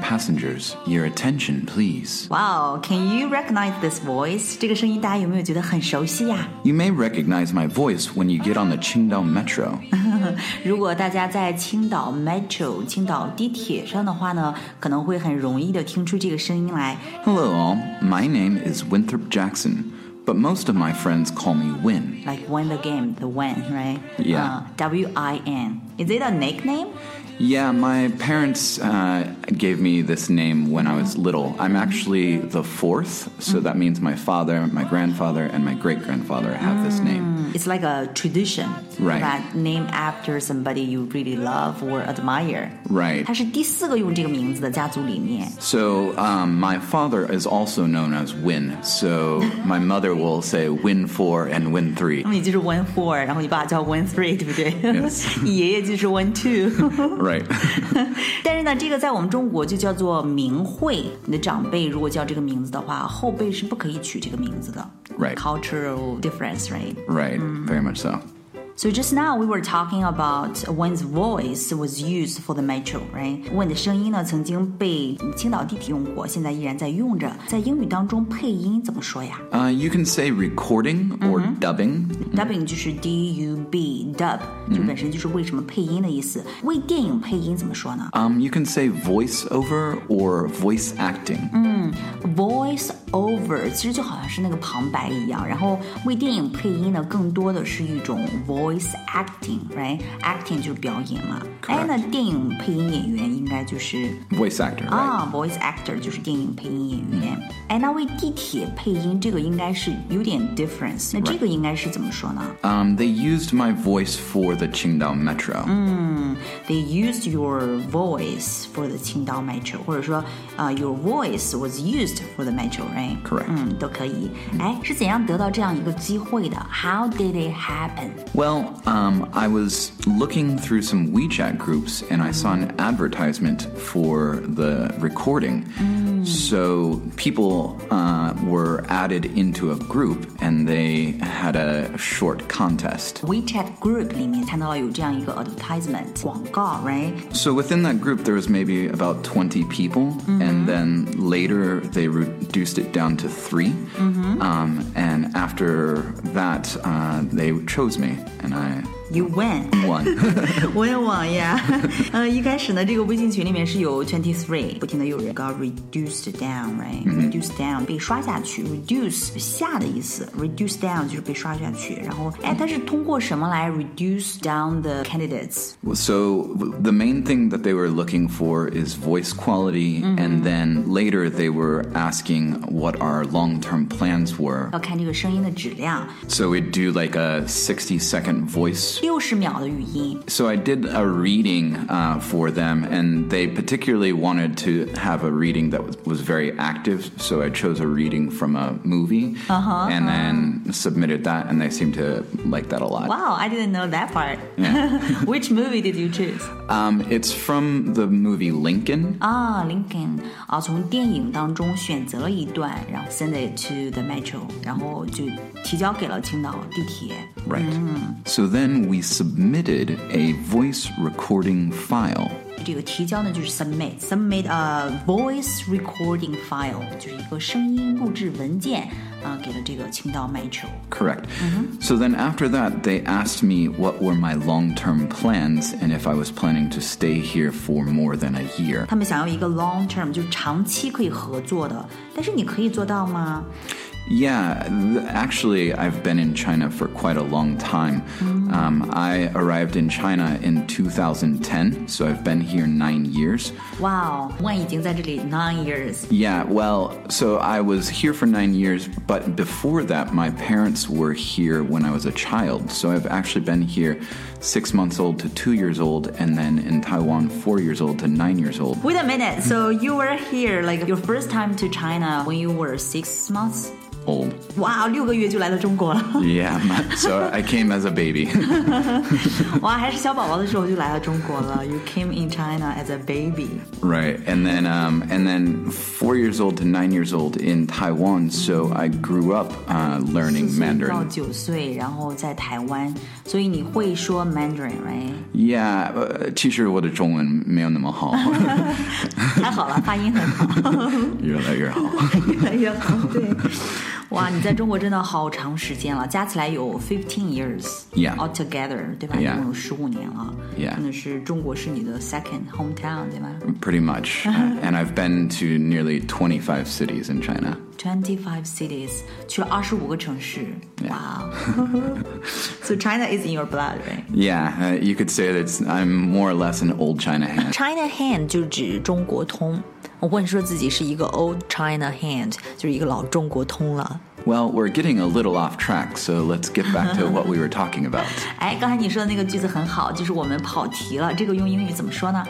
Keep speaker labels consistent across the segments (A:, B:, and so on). A: passengers, your attention, please.
B: Wow, can you recognize this voice？这个声音大家有没有觉得很熟悉呀、
A: You may recognize my voice when you get on the Qingdao Metro.
B: 如果大家在青岛 metro 青岛地铁上的话呢，可能会很容易的听出这个声音来。
A: Hello, all. My name is Winthrop Jackson, but most of my friends call me Win.
B: Like win the game, the win, right?
A: Yeah.
B: Uh, w I N. Is it a nickname?
A: Yeah, my parents uh, gave me this name when I was little. I'm actually the fourth, so that means my father, my grandfather, and my great grandfather have this name.
B: It's like a tradition,
A: Mm. Right.
B: That name after somebody you really love or admire.
A: Right.
B: 他是第四个用这个名字的家族里面。
A: So um, my father is also known as Win. So my mother will say Win four and Win three.
B: 那么你就是 one four，然后你爸叫 one three，对不对
A: Yes
B: 你 爷爷就是 one two。
A: Right.
B: 但是呢，这个在我们中国就叫做名讳。你的长辈如果叫这个名字的话，后辈是不可以取这个名字的。
A: Right.
B: Cultural difference, right?
A: right. Very much so.
B: So just now we were talking about when's voice was used for the metro, right? When 的声音呢曾经被青岛地铁用过，现在依然在用着。在英语当中，配音怎么说呀
A: Uh, you can say recording or dubbing.
B: ？Dubbing 就是 D U B dub，就本身就是为什么配音的意思。为电影配音怎么说呢
A: Um, you can say voiceover or voice acting.
B: ？Voice over 其实就好像是那个旁白一样，然后为电影配音呢，更多的是一种 voice acting，right？Acting 就是表演嘛。哎，那电影配音演员应该就是。
A: Voice actor, right?
B: 啊、v o i c e actor 就是电影配音演员。哎，那为地铁配音这个应该是有点 difference，那这个应该是怎么说呢
A: Um, they used my voice for the Qingdao Metro.
B: ？They used your voice for the 青岛 metro，或者说啊、y o u r voice was used for the metro，right？
A: Correct
B: 嗯，都可以。哎，是怎样得到这样一个机会的？How did it happen？
A: Well, um, I was looking through some WeChat groups and I saw an advertisement for the recording. So people uh, were added into a group and they had a short contest.
B: WeChat Group 里面看到了有这样一个 advertisement 广告，right？
A: So within that group, there was maybe about 20 people, and then later they reduced it down to 3 Um, and after that, uh, they chose me and I
B: You win。
A: won.
B: 我也网呀， 呃，一开始呢，这个微信群里面是有 twenty three，不停的有人搞 reduced down，right？reduced down 被刷下去，reduce 下的意思，reduce down 就是被刷下去。然后，哎，它是通过什么来 reduce down the candidates？
A: So the main thing that they were looking for is voice quality, and then later they were asking what our long-term plans were.
B: 要看这个声音的质量，
A: So we'd do like a 60-second voice.
B: 六十秒的语音。
A: So I did a reading uh, for them, and they particularly wanted to have a reading that was, was very active. So I chose a reading from a movie, and then submitted that, and they seemed to like that a lot.
B: Wow, I didn't know that part.
A: Yeah.
B: Which movie did you choose?
A: Um, it's from the movie Lincoln.
B: 啊，Lincoln 啊，从电影当中选择了一段，然后 send it to the metro，然后就提交给了青岛地铁。
A: Right. So then we submitted a voice recording file.
B: 这个提交呢就是 submit submit a voice recording file，就是一个声音录制文件啊、给了这个青岛 metro。
A: Correct. So then after that, they asked me what were my long term plans and if I was planning to stay here for more than a year.
B: 他们想要一个 long term，就是长期可以合作的，但是你可以做到吗？
A: Yeah, th- actually, I've been in China for quite a long time. Um, I arrived in China in 2010, so I've been here nine years.
B: 哇哦，One 已经在这里 nine years，
A: Yeah, well, so I was here for nine years, but before that, my parents were here when I was a child. So I've actually been here six months old to two years old, and then in Taiwan, four years old to nine years old.
B: Wait a minute. So you were here like your first time to China when you were six months
A: old.
B: 哇，六个月就来到中国了，
A: Yeah, my- so I came as a baby.
B: 哇，还是小宝宝的时候就来到中国了。You came in China as a baby.
A: Right, and then um, and then four years old to nine years old in Taiwan. So I grew up uh,
B: 四
A: learning
B: 岁到
A: Mandarin.
B: 九岁，然后在台湾，所以你会说哎 Mandarin，right？
A: Yeah, uh, teacher, what a 中文没有那么好，越来越好。
B: 还好了，发音很好，越来越好。 对，哇，你在中国真的好长时间了，加起来有 fifteen years
A: Yeah.
B: altogether，对吧？一
A: Yeah.
B: 共有十五年了
A: Yeah.
B: 真的是中国是你的 second hometown，对吧
A: Pretty much. Uh, and I've been to nearly 25 cities in China.
B: ？Twenty five cities，去了二十五个城市，
A: Yeah.
B: 哇、So 哦 China is in your blood，right？
A: Yeah, uh, you could say that I'm more or less an old China hand.
B: China hand 就是指中国通。我不能说自己是一个 old China hand，就是一个老中国通了。
A: Well, we're getting a little off track, so let's get back to what we were talking about.
B: 哎，刚才你说的那个句子很好，就是我们跑题了。这个用英语怎么说呢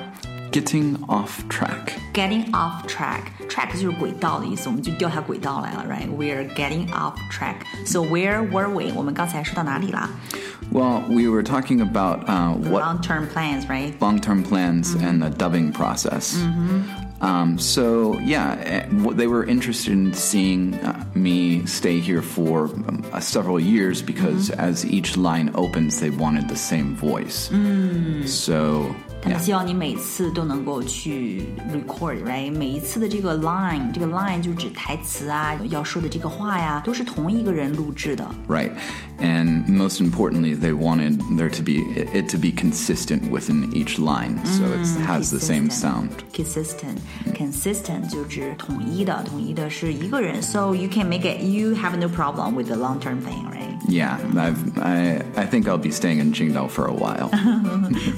A: Getting off track.
B: ？Getting off track，track 就是轨道的意思，我们就掉下轨道来了，right？We are getting off track。So where were we？我们刚才说到哪里了
A: Well, we were talking about uh, what
B: ？Long-term plans，right？
A: long term plans and the dubbing process. Um, so, yeah, eh, w- they were interested in seeing uh, me stay here for um, uh, several years because as each line opens, they wanted the same voice. So,
B: 他们
A: yeah.
B: 希望你每次都能够去 record，right？每一次的这个 line，这个 line 就指台词啊，要说的这个话呀，都是同一个人录制的。
A: Right, and most importantly, they wanted there to be it it to be consistent within each line, so it has the same sound.
B: consistent consistent 就指统一的，统一的是一个人。So you can make it. You have no problem with the long term thing, right?
A: Yeah, I've, I I think I'll be staying in Qingdao for a while.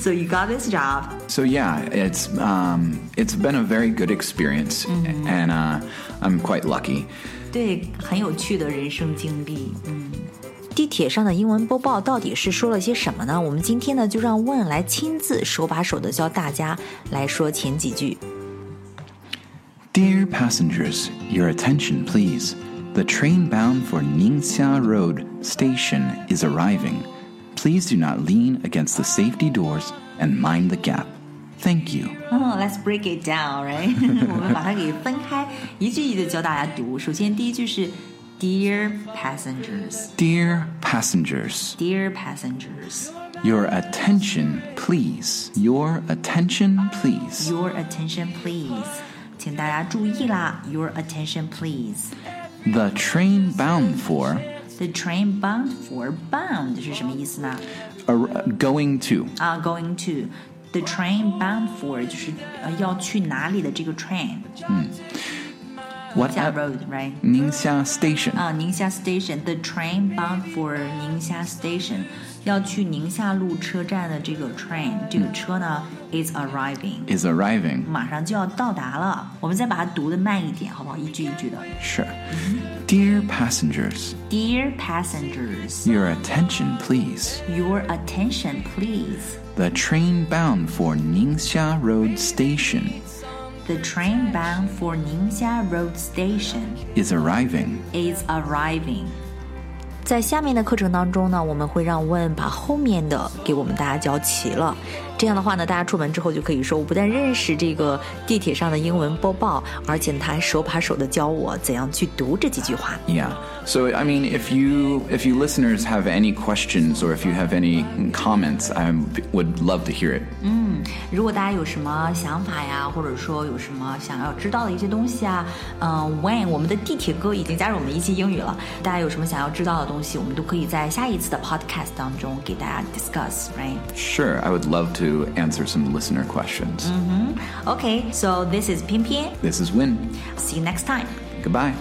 B: So you got this job.
A: So yeah, it's um, it's been a very good experience, and uh, I'm quite lucky.
B: 对，很有趣的人生经历。嗯。地铁上的英文播报到底是说了些什么呢？我们今天呢，就让问来亲自手把手的教大家来说前几句。
A: Dear passengers, your attention, please. The train bound for Ningxia Road Station is arriving. Please do not lean against the safety doors and mind the gap. Thank you.
B: 嗯、l e t s break it down，right？我们把它给分开，一句一句的教大家读。首先，第一句是 Dear passengers，Dear
A: Dear passengers,
B: passengers。
A: your attention, please. Your attention, please.
B: Your attention, please. 请大家注意啦，Your attention, please.
A: The train bound for
B: The train bound for bound 是什么意思呢？
A: ar- uh, going to
B: 啊、g o i n g to the train bound for 就是呃要去哪里的这个 train 下
A: whatever.
B: road right？
A: Ningxia Station.
B: 啊、宁夏 station the train bound for 宁夏 station 要去宁夏路车站的这个 train 这个车呢、is arriving
A: is arriving.
B: 马上就要到达了。我们再把它读的慢一点，好不好？一句一句的。
A: Sure. Dear passengers,
B: Dear passengers.
A: your attention, please.
B: Your attention, please.
A: The train bound for Ningxia Road Station
B: The train bound for Ningxia Road Station
A: is arriving.
B: is arriving.
C: 在下面的课程当中呢，我们会让问把后面的给我们大家教齐了。这样的话呢，大家出门之后就可以说，我不但认识这个地铁上的英文播报，而且呢他还手把手的教我怎样去读这几句话。
A: Yeah. So I mean, if you if you listeners have any questions or if you have any comments, I would love to hear it.
B: 如果大家有什么想法呀，或者说有什么想要知道的一些东西啊，嗯、w h e n 我们的地铁哥已经加入我们的一期英语了，大家有什么想要知道的东西，我们都可以在下一次的 podcast 当中给大家 discuss，right？
A: Sure, I would love to answer some listener questions.
B: Okay, so this is Pin Pin.
A: This is Win.
B: See you next time.
A: Goodbye.